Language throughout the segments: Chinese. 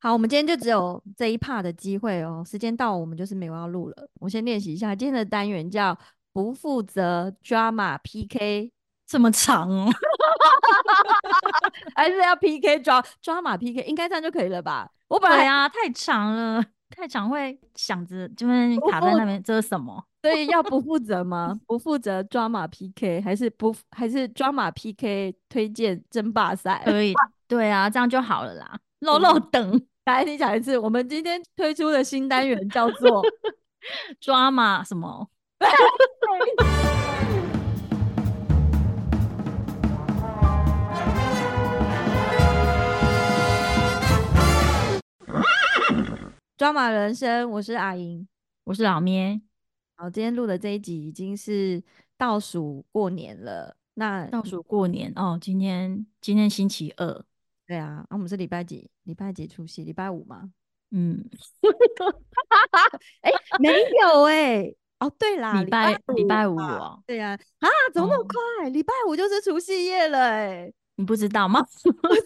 好，我们今天就只有这一 part 的机会哦，时间到，我们就是没有要录了。我先练习一下，今天的单元叫不负责 drama PK，这么长哦， 还是要 PK dra drama PK？应该这样就可以了吧？我本对来 呀，太长了，太长会想着就是不卡在不那边，这是什么？所以要不负责吗？不负责 drama PK 还是不还是 drama PK 推荐争霸赛？可以，对啊，这样就好了啦。肉呃我肉们等来，你讲一次，我们今天推出的新单元叫 做抓嘛什么？ drama 人生，我是阿莹。我是老咩，好，今天录的这一集已经是倒数过年了。那倒数过年哦，今天今天星期二，对啊，啊，我们是礼拜几？礼拜几出席？礼拜五 吗？嗯，哎、没有哎、哦，对啦，礼拜啊礼拜五嘛哦，对呀、啊，怎么那么哦快？礼拜五就是除夕夜了哎、你不知道吗？对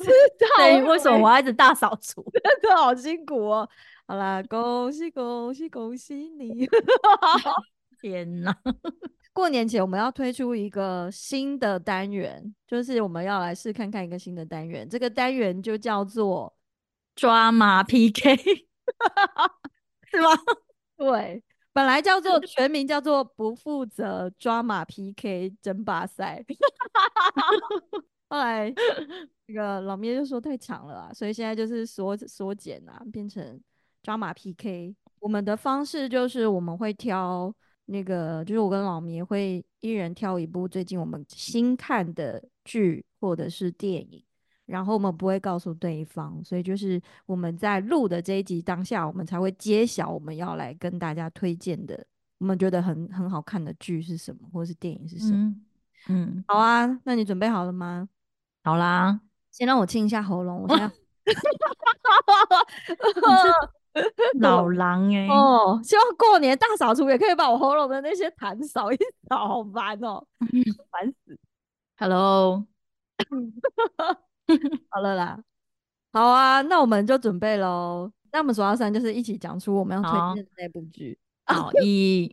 对，为什么我要一直大扫除？ 真的好辛苦哦。好啦，恭喜恭喜恭喜你！ 天 哪，过年前我们要推出一个新的单元，就是我们要来试看看一个新的单元。这个单元就叫做抓嘛 PK 是吗？对，本来叫做全名叫做不负责抓马 PK 争霸赛，后来那个老咩就说太长了啊，所以现在就是缩缩减啊，变成抓马 PK。我们的方式就是我们会挑那个，就是我跟老咩会一人挑一部最近我们新看的剧或者是电影。然后我们不会告诉对方，所以就是我们在录的这一集当下，我们才会揭晓我们要来跟大家推荐的，我们觉得很很好看的剧是什么，或是电影是什么。嗯嗯，好啊，那你准备好了吗？好啦， 先让我清一下喉咙，我现在老狼哎、哦，希望过年大扫除也可以把我喉咙的那些痰扫一扫，好烦哦，烦死。 Hello，好了啦，好啊，那我们就准备喽。那我们数到三，就是一起讲出我们要推好荐的那部剧。哎好一，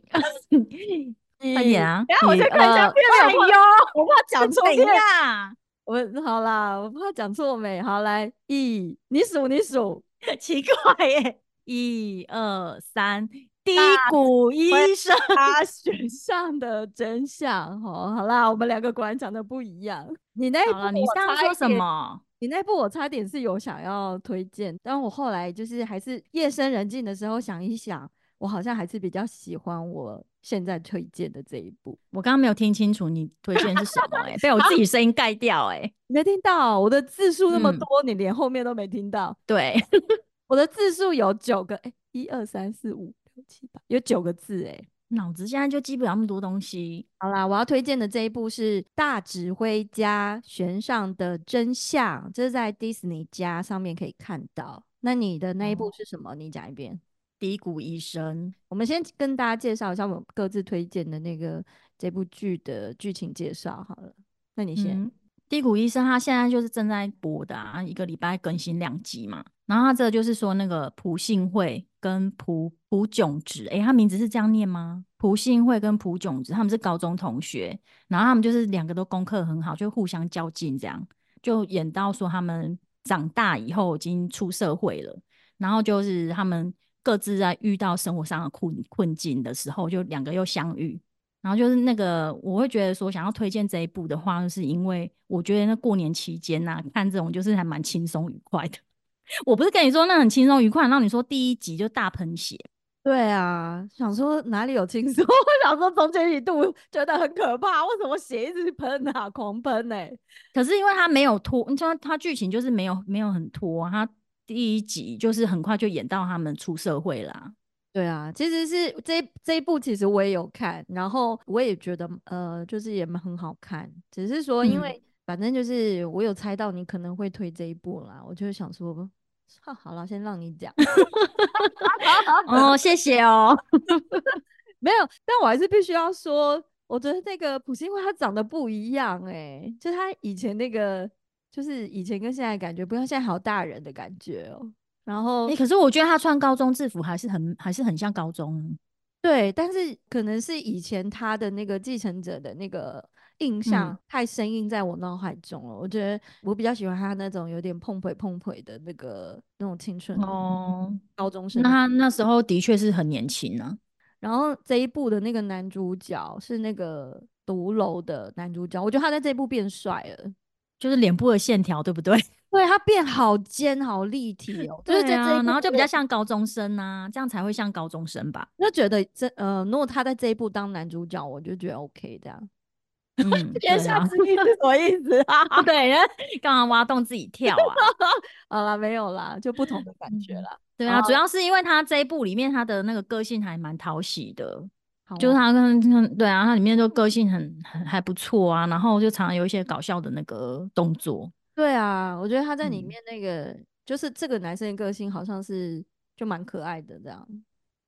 快点啊！嗯等一下我一先看一下二片哎头呦，呃我怕讲错等一片下，我们好啦，我怕讲错没？好，来，一，你数，你数，奇怪耶！一二三，低谷医生，他选项的真相。哦，好啦，我们两个果然讲的不一样。你那一好部了，你我刚刚差说一什点？么？你那部我差点是有想要推荐，但我后来就是还是夜深人静的时候想一想，我好像还是比较喜欢我现在推荐的这一部。我刚刚没有听清楚你推荐是什么、 哎，被我自己声音盖掉、哎，你没听到我的字数那么嗯多，你连后面都没听到。对， 我的字数有九个，哎、一二三四五六七八，有九个字、哎。脑子现在就记不了那么多东西。好啦，我要推荐的这一部是《大指挥家悬上的真相》，这是在 Disney 家上面可以看到。那你的那一部哦是什么？你讲一遍。低谷医生，我们先跟大家介绍一下我们各自推荐的那个这部剧的剧情介绍好了。那你先，嗯，低谷医生他现在就是正在播的啊，一个礼拜更新两集嘛。然后他这个就是说那个朴信惠跟朴朴炯植，诶，他名字是这样念吗？朴信惠跟朴炯植他们是高中同学，然后他们就是两个都功课很好，就互相较劲这样，就演到说他们长大以后已经出社会了，然后就是他们各自在遇到生活上的困困境的时候，就两个又相遇，然后就是那个，我会觉得说想要推荐这一部的话，就是因为我觉得那过年期间呐、看这种就是还蛮轻松愉快的。 我不是跟你说那很轻松愉快，然后你说第一集就大喷血，对啊，想说哪里有轻松？ 我想说中间一度觉得很可怕，为什么血一直喷啊，狂喷呢、可是因为它没有拖，你知道它剧情就是没有没有很拖啊、它第一集就是很快就演到他们出社会啦。对啊，其实是这一这一部，其实我也有看，然后我也觉得呃，就是也蛮很好看，只是说因嗯为反正就是我有猜到你可能会推这一部啦，我就想说，好好了，先让你讲，哦，谢谢哦。没有，但我还是必须要说，我觉得那个朴信惠她长得不一样哎、就她以前那个，就是以前跟现在的感觉不像，现在好大人的感觉哦、然后哎、可是我觉得他穿高中制服还是很还是很像高中，啊对，但是可能是以前他的那个继承者的那个印象嗯太深印在我脑海中了。我觉得我比较喜欢他那种有点碰腿碰腿的那个那种青春哦。高中生那的他那时候的确是很年轻啊。然后这一部的那个男主角是那个独楼的男主角，我觉得他在这一部变帅了，就是脸部的线条，对不对？对他变好尖好立体哦，就是在这一啊，部然后就比我较像高中生啊，这样才会像高中生吧？就觉得这呃，如果他在这一部当男主角，我就觉得 OK 这样。 嗯，对啊，力是什么意思啊？对， 人家干嘛挖洞自己跳啊？ 好啦，没有啦，就不同的感觉嗯啦。对啊， 主要是因为他这一部里面他的那个个性还蛮讨喜的，好就是啊他跟跟对啊，他里面就个性很很还不错啊，然后就常常有一些搞笑的那个动作，对啊，我觉得他在里嗯面那个，就是这个男生的个性好像是就蛮可爱的这样。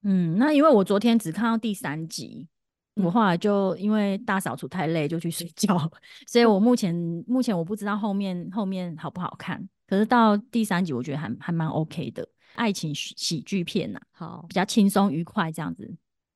嗯，那因为我昨天只看到第三集，我嗯后来就因为大扫除太累就去睡觉了， 所以嗯我目前目前我不知道后面后面好不好看，可是到第三集我觉得还还蛮 OK 的，爱情喜喜剧片呐、好，比较轻松愉快这样子。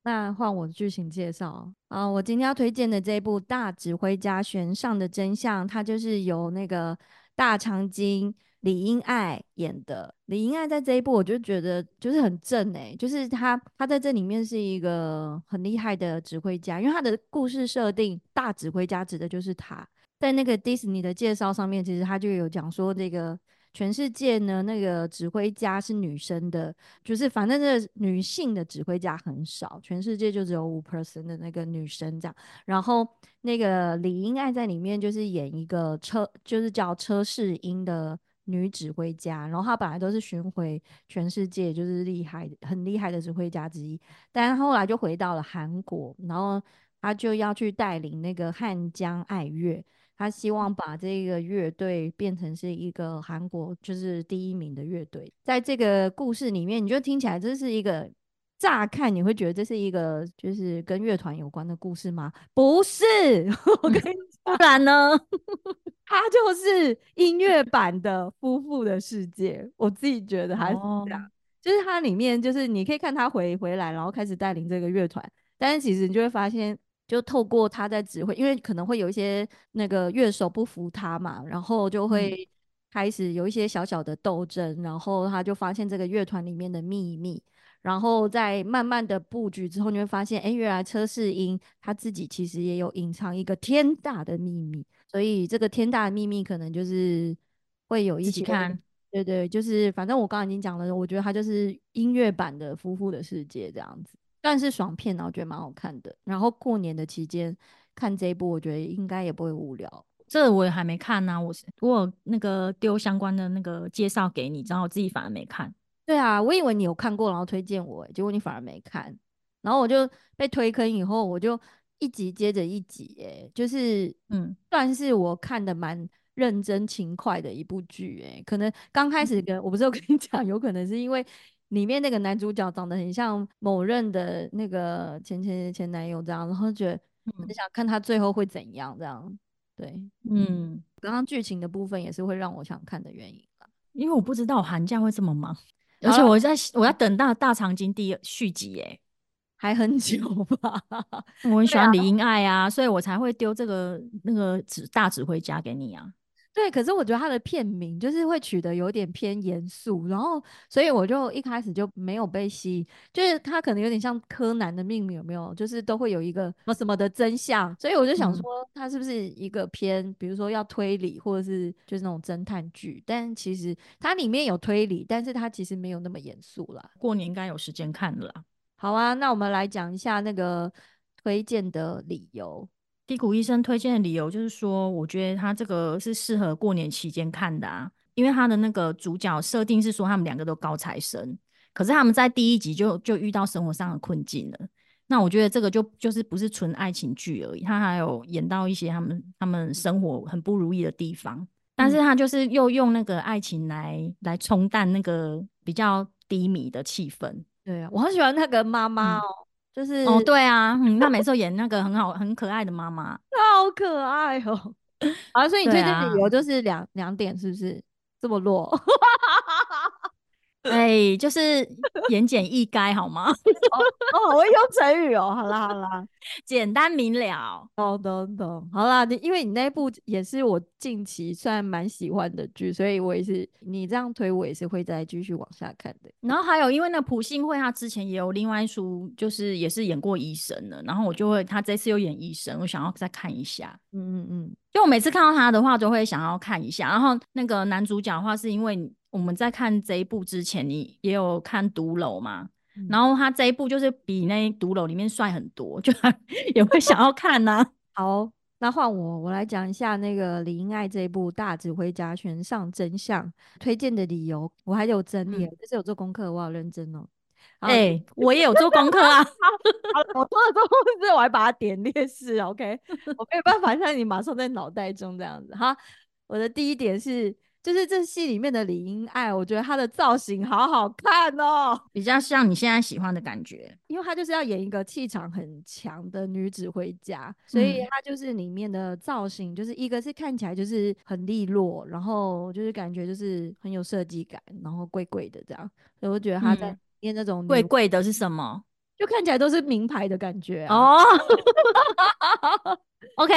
那换我剧情介绍啊，我今天要推荐的这一部《大指挥家悬上的真相》，它就是由那个大长今李英爱演的。李英爱在这一部，我就觉得就是很正哎、就是她她在这里面是一个很厉害的指挥家，因为她的故事设定，大指挥家指的就是她。在那个迪士尼的介绍上面，其实他就有讲说，这个全世界呢，那个指挥家是女生的，就是反正这女性的指挥家很少，全世界就只有五 percent 的那个女生这样。然后那个李英爱在里面就是演一个车，就是叫车世英的女指挥家。然后她本来都是巡回全世界，就是厉害很厉害的指挥家之一，但是后来就回到了韩国，然后她就要去带领那个汉江爱乐。她希望把这个乐队变成是一个韩国就是第一名的乐队。在这个故事里面，你就听起来这是一个，乍看你会觉得这是一个就是跟乐团有关的故事吗？不是， 我跟你不 然呢？它就是音 乐版的《夫妇的世界》，我自己觉得还是这样。哦，就是它里面就是你可以看他回回来，然后开始带领这个乐团，但是其实你就会发现，就透过他在指挥，因为可能会有一些那个乐手不服他嘛，然后就嗯会开始有一些小小的斗争，然后他就发现这个乐团里面的秘密。然后在慢慢的布局之后，你会发现，哎，原来车世英他自己其实也有隐藏一个天大的秘密，所以这个天大的秘密可能就是会有一自己些看。对对，就是反正我刚刚已经讲了，我觉得它就是音乐版的《夫妇的世界》这样子，但是爽片啊，我觉得蛮好看的。然后过年的期间看这一部，我觉得应该也不会无聊。这我也还没看呢、啊我是我有那个丢相关的那个介绍给你，然后我自己反而没看。对啊，我以为你有看过，然后推荐我欸，结果你反而没看，然后我就被推坑以后，我就一集接着一集，哎，就是嗯算是我看的蛮认真勤快的一部剧，哎，可能刚开始跟我 不是有跟你讲，有可能是因为里面那个男主角长得很像某任的那个前前前男友这样，然后觉得很嗯想看他最后会怎样这样，对，嗯，刚刚剧情的部分也是会让我想看的原因啦。因为我不知道我寒假会这么忙，而好且了，我在我在等大大长今第二续集耶、还很久吧。我很喜欢李英爱啊，所以我才会丢这个那个指大指挥家给你啊。对，可是我觉得他的片名就是会取得有点偏严肃，然后所以我就一开始就没有被吸引，就是他可能有点像柯南的命名，有没有？就是都会有一个什么什么的真相，所以我就想说嗯他是不是一个偏，比如说要推理或者是就是那种侦探剧，但其实它里面有推理，但是它其实没有那么严肃啦。过年应该有时间看了啦。好啊，那我们来讲一下那个推荐的理由。低谷医生推荐的理由就是说，我觉得他这个是适合过年期间看的啊，因为他的那个主角设定是说他们两个都高材生，可是他们在第一集就就遇到生活上的困境了。那我觉得这个就就是不是纯爱情剧而已，他还有演到一些他们他们生活很不如意的地方，嗯。但是他就是又用那个爱情来来冲淡那个比较低迷的气氛。对啊，我很喜欢那个妈妈嗯，哦，就哦，是对啊，嗯， 他每次都演那个很好很可爱的妈妈。她好可爱 哦。啊，哦所以你对推荐理啊。 由就是两两点，是不是？这么弱？ 哎，就是言简意赅好吗？ 哦，好会用成语哦。好啦好 啦，简单明了。懂哦懂懂。好啦，你因为你那部也是我近期算蛮喜欢的剧，所以我也是你这样推，我也是会再继续往下看的。然后还有，因为那朴信惠她之前也有另外一出，就是也是演过医生的，然后我就会她这次又演医生，我想要再看一下。嗯嗯嗯，就我每次看到他的话，都会想要看一下。然后那个男主角的话，是因为我们在看这一部之前，你也有看《毒楼》嘛？嗯然后他这一部就是比那《毒楼》里面帅很多，就也会想要看呐、好，那换我，我来讲一下那个李英爱这一部《大指挥家悬上真相》推荐的理由，我还有整理哦，这是有做功课，我好认真哦。 好哎、我也有做功课啊。好了，我做了做后，事，我还把它点列式，OK，我啊没有办法让你马上在脑袋中这样子哈。我的第一点是，就是这戏里面的李英爱，我觉得她的造型好好看哦，比较像你现在喜欢的感觉。因为她就是要演一个气场很强的女指挥家，所以嗯她就是里面的造型，就是一个是看起来就是很利落，然后就是感觉就是很有设计感，然后贵贵的这样，所以我觉得她在嗯里面那种贵女贵的是什么？就看起来都是名牌的感觉啊。哦 ，OK，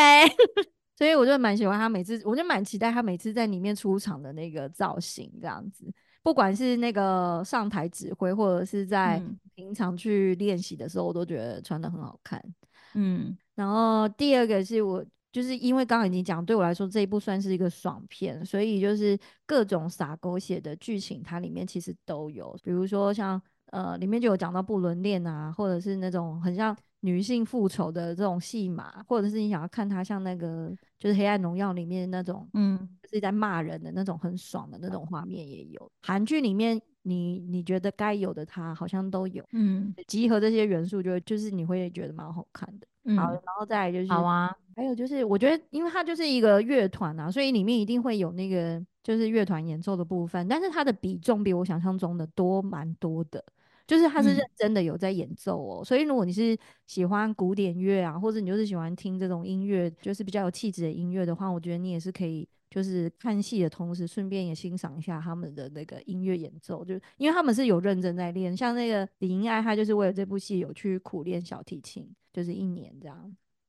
所以我就蛮喜欢他每次，我就蛮期待他每次在里面出场的那个造型这样子，不管是那个上台指挥，或者是在嗯平常去练习的时候，我都觉得穿的很好看。嗯然后第二个是我就是因为刚刚已经讲，对我来说这一部算是一个爽片，所以就是各种洒狗血的剧情，它里面其实都有，比如说像呃里面就有讲到不伦恋啊，或者是那种很像女性复仇的这种戏码，或者是你想要看它像那个就是《黑暗荣耀》里面那种嗯，就是在骂人的那种很爽的那种画面也有，韩剧里面你你觉得该有的它好像都有，嗯集合这些元素就会就是你会觉得蛮好看的。好，嗯，然后再来就是，好啊，还有就是，我觉得，因为它就是一个乐团啊，所以里面一定会有那个就是乐团演奏的部分，但是它的比重比我想象中的多蛮多的，就是它是认嗯真的有在演奏哦。所以如果你是喜欢古典乐啊，或者你就是喜欢听这种音乐，就是比较有气质的音乐的话，我觉得你也是可以。就是看戏的同时，顺便也欣赏一下他们的那个音乐演奏，就因为他们是有认真在练。像那个李英爱，她就是为了这部戏有去苦练小提琴，就是一年这样。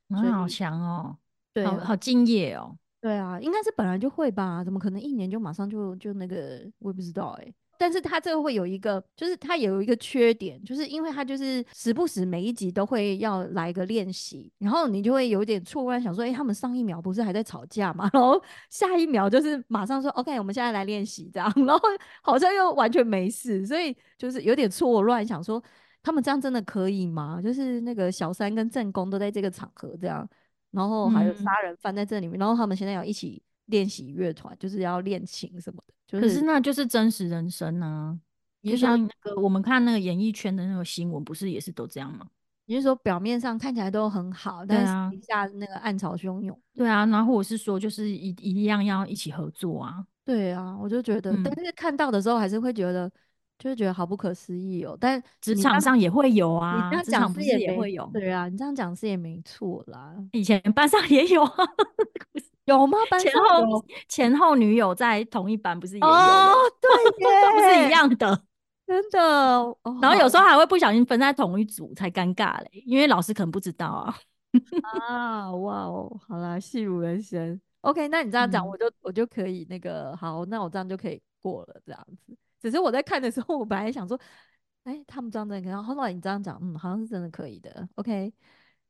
啊所好以强哦，对好啊好敬业哦。对啊，应该是本来就会吧？怎么可能一年就马上就就那个？我也不知道哎、但是它这个会有一个，就是它有一个缺点，就是因为它就是时不时每一集都会要来一个练习，然后你就会有点错乱，想说，哎、他们上一秒不是还在吵架嘛， 然后下一秒就是马上说，OK，我们现在来练习这样， 然后好像又完全没事，所以就是有点错乱，想说他们这样真的可以吗？就是那个小三跟正宫都在这个场合这样，然后还有嗯杀人犯在这里面，然后他们现在要一起练习乐团，就是要练琴什么的，就可是那就是真实人生啊，你就是说像那个我们看那个演艺圈的那个新闻，不是也是都这样吗？你是说表面上看起来都很好，对但是啊底下那个暗潮汹涌。对啊，然后我是说，就是一一样要一起合作啊。对啊，我就觉得，嗯但是看到的时候还是会觉得，就是觉得好不可思议哦。但职你场这样上也会有你这啊，样职讲场不是是也也没会有，对啊，你这样讲是也没错啦。以前班上也有啊，有吗？班前上后有前后女友在同一班不是也有哦吗？， 对耶，不是一，样的。真的。哦，然后有时好候还会不小心分在同一组，才尴尬嘞，因为老师可能不知道啊。啊，哇哦，好啦，戏如人生。OK，那你这样讲，嗯我就我就可以那个好，那我这样就可以过了，这样子。只是我在看的时候，我本来想说，哎，他们这样真的可以，然后后来你这样讲，嗯，好像是真的可以的。OK，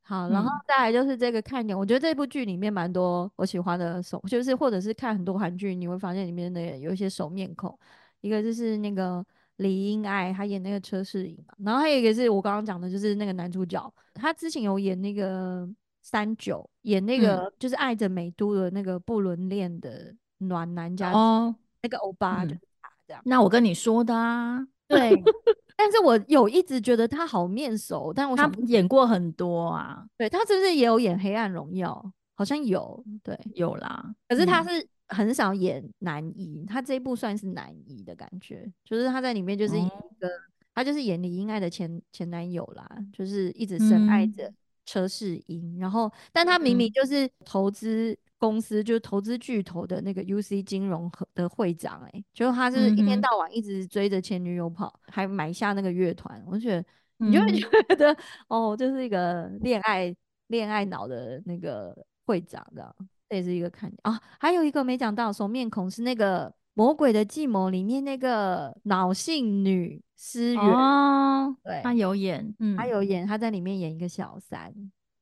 好，然后嗯再来就是这个看点，我觉得这部剧里面蛮多我喜欢的手，就是或者是看很多韩剧，你会发现里面的有一些熟面孔，一个就是那个李英爱，她演那个车世颖嘛，然后还有一个是我刚刚讲的，就是那个男主角，他之前有演那个三九，演那嗯，个就是爱着美都的那个不伦恋的暖男加哦，那个欧巴，就嗯，是他这样。那我跟你说的啊，对， 但是我有一直觉得他好面熟，但我他想不，演过很多啊，对，他是不是也有演《黑暗荣耀》？好像有，对，有啦，可是他嗯，是很少演男一，他这一部算是男一的感觉，就是他在里面就是演哦，一个，他就是演李英爱的前前男友啦，就是一直深爱着嗯车世英，然后但他明明嗯就是投资公司，就是投资巨头的那个 UC 金融和的会长、欸，哎，就他是一天嗯哼到晚一直追着前女友跑，还买下那个乐团，我就觉得你就会嗯觉得、哦，就是一个恋爱恋爱脑的那个会长这样，这也是一个看点啊。还有一个没讲到，熟面孔是那个《魔鬼的计谋》里面那个脑性女思源，哦，对，他有演，嗯，她有演，她在里面演一个小三，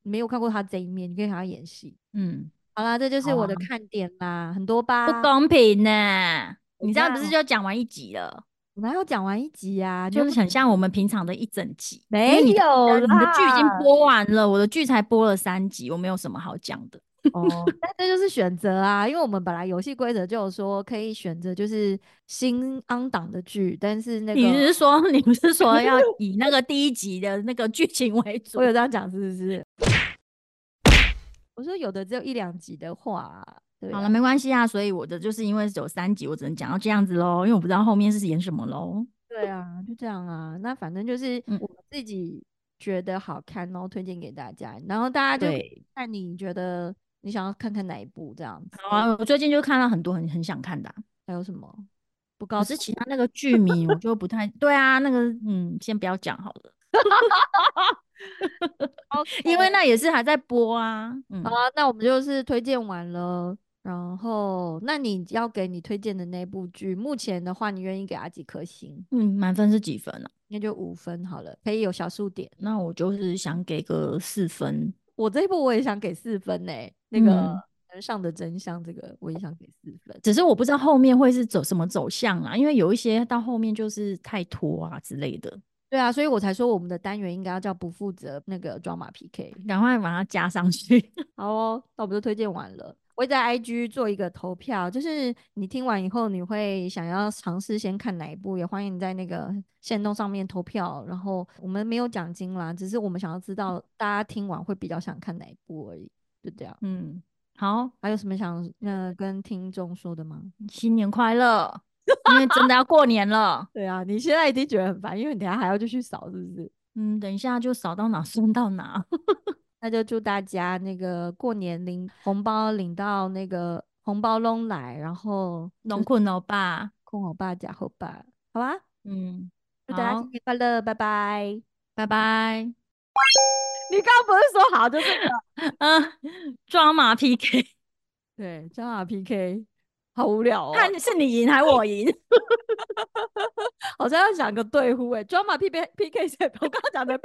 没有看过她这一面，你可以看她演戏。嗯，好啦，这就是好我啊的看点啦，很多吧不？公平呢、怎你这样不样是就讲完一集了？我们还要讲完一集呀、你又就是不很像我们平常的一整集，因没为你的有你的剧已经啦播完了，我的剧才播了三集，我没有什么好讲的。 哦，但这就是选择啊，因为我们本来游戏规则就有说可以选择就是新昂档的剧，但是那你个是说你不是 说要以那个第一集的那个剧情为主我？有这样讲是不是？我说有的只有一两集的话，对好啊了，没关系啊，所以我的就是因为只有三集，我只能讲到这样子喽，因为我不知道后面是演什么喽。对啊，就这样啊。那反正就是嗯我自己觉得好看，然后推荐给大家，然后大家就对，看你觉得你想要看看哪一部这样子。好啊，我最近就看到很多很很想看的啊、还有什么？不可告诉是其他那个剧名我就不太 对啊，那个嗯，先不要讲好了，我，因为那也是还在播啊。嗯好，啊，那我们就是推荐完了。然后，那你要给你推荐的那部剧，目前的话，你愿意给它几颗星？嗯，满分是几分啊？那就五分好了，可以有小数点。那我就是想给个四分。我这一部我也想给四分呢、那个嗯《人上的真相》这个我也想给四分。只是我不知道后面会是走什么走向啊，因为有一些到后面就是太拖啊之类的，对啊，所以我才说我们的单元应该要叫不负责那个抓马 PK。赶快把它加上去。 好哦，那我们就推荐完了。我会在 IG 做一个投票，就是你听完以后，你会想要尝试先看哪一部，也欢迎你在那个线动上面投票。然后我们没有奖金啦，只是我们想要知道大家听完会比较想看哪一部而已，就这样。嗯，好，还有什么想呃跟听众说的吗？新年快乐，因为真的要过年了。对啊，你现在一定觉得很烦，因为你等下还要继续扫，是不是？嗯，等一下就扫到哪 送到哪。那就祝大家那个过年领红包领到那个红包窿来，然后农困老爸，空我爸假后爸，好吧？嗯，祝大家好新，年快乐，拜拜。你拜 拜。刚刚不是说好就是嗯，抓马 PK， 对，张啊 PK，好无聊哦，看是你赢还 我赢。好像要讲个对呼哎，装马 PK PK 谁？我刚刚讲的 P，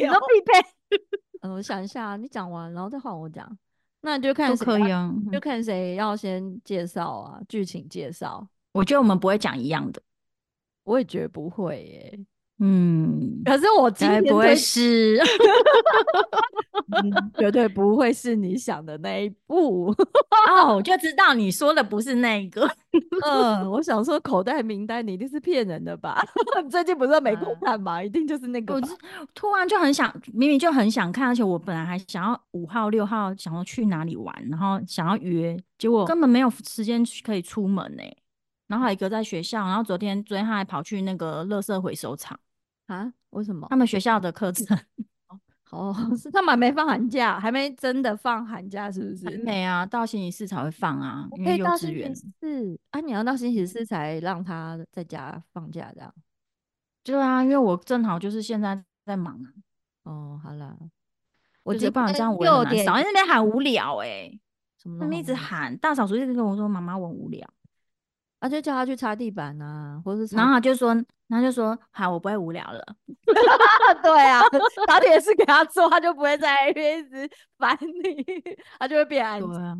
你说必备 嗯，我想一下，你讲完然后再换我讲，那你就看都谁可要以啊。就看谁要先介绍啊，剧情介绍，我觉得我们不会讲一样的。我也觉得不会耶、嗯，可是我今才天不推会是。 嗯绝对不会是你想的那一步。哦，我就知道你说的不是那一个。嗯，我想说口袋名单你一定是骗人的吧？ 你最近不是没空啊看吗？一定就是那个我吧是突然就很想，明明就很想看，而且我本来还想要五号、六号想要去哪里玩，然后想要约，结果根本没有时间去可以出门呢、然后还有一个在学校，然后昨天昨天他还跑去那个垃圾回收场，啊？为什么他？们学校的课程哦， 是他们还没放寒假，还没真的放寒假，是不还是？没啊，到星期四才会放啊，我因可为以幼到稚星期园嗯四啊，你要到星期四才让他在家放假这样。对啊，因为我正好就是现在在忙啊，哦，好啦，我我今就不然这样天我也很六难点扫，因为那边很无聊哎、什么他都们好一直玩喊，大嫂叔一直跟我说妈妈我很无聊。啊，就叫他去擦地板啊，或是然擦后他就说，然后就说，好，我不会无聊了。啊， 对啊，打铁是给他做，他就不会在那边一直烦你， 他就会变安静。啊，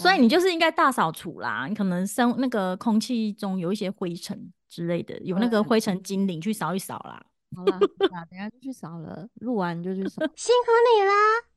所以哦你就是应该大扫除啦，你可能生那个空气中有一些灰尘之类的，有那对个灰尘精灵去扫一扫啦。好啦，好啦等一下就去扫了，录完就去扫。辛苦你啦。